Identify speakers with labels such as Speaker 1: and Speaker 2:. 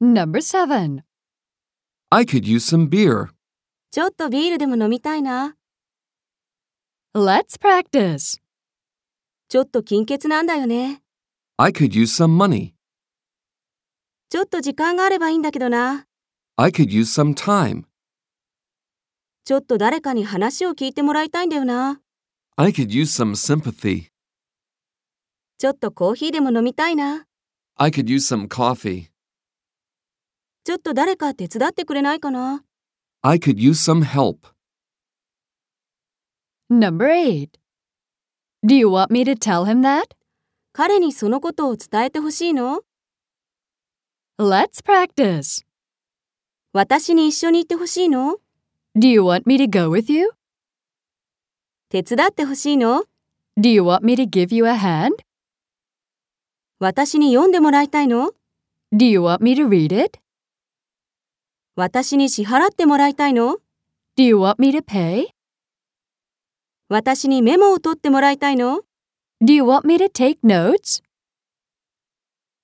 Speaker 1: Number 7.
Speaker 2: I could use some beer.
Speaker 3: ちょっとビールでも飲みたいな。
Speaker 1: Let's practice.
Speaker 3: ちょっと金欠なんだよね。
Speaker 2: I could use some money.
Speaker 3: ちょっと時間があればいいんだけどな。
Speaker 2: I could use some time.
Speaker 3: ちょっと誰かに話を聞いてもらいたいんだよな。
Speaker 2: I could use some sympathy.
Speaker 3: ちょっとコーヒーでも飲みたいな。
Speaker 2: I could use some coffee.
Speaker 3: ちょっと誰か手伝ってくれないかな。
Speaker 2: I could use some help.
Speaker 1: Number 8. Do you want me to tell him that?
Speaker 3: 彼にそのことを伝えてほしいの
Speaker 1: Let's practice.
Speaker 3: 私に一緒にいてほしいの
Speaker 1: Do you want me to go with you?
Speaker 3: 手伝ってほしいの
Speaker 1: Do you want me to give you a hand?
Speaker 3: 私に読んでもらいたいの
Speaker 1: Do you want me to read it?
Speaker 3: 私に支払ってもらいたいの
Speaker 1: Do you want me to pay?
Speaker 3: 私にメモを取ってもらいたいの
Speaker 1: Do you want me to take notes?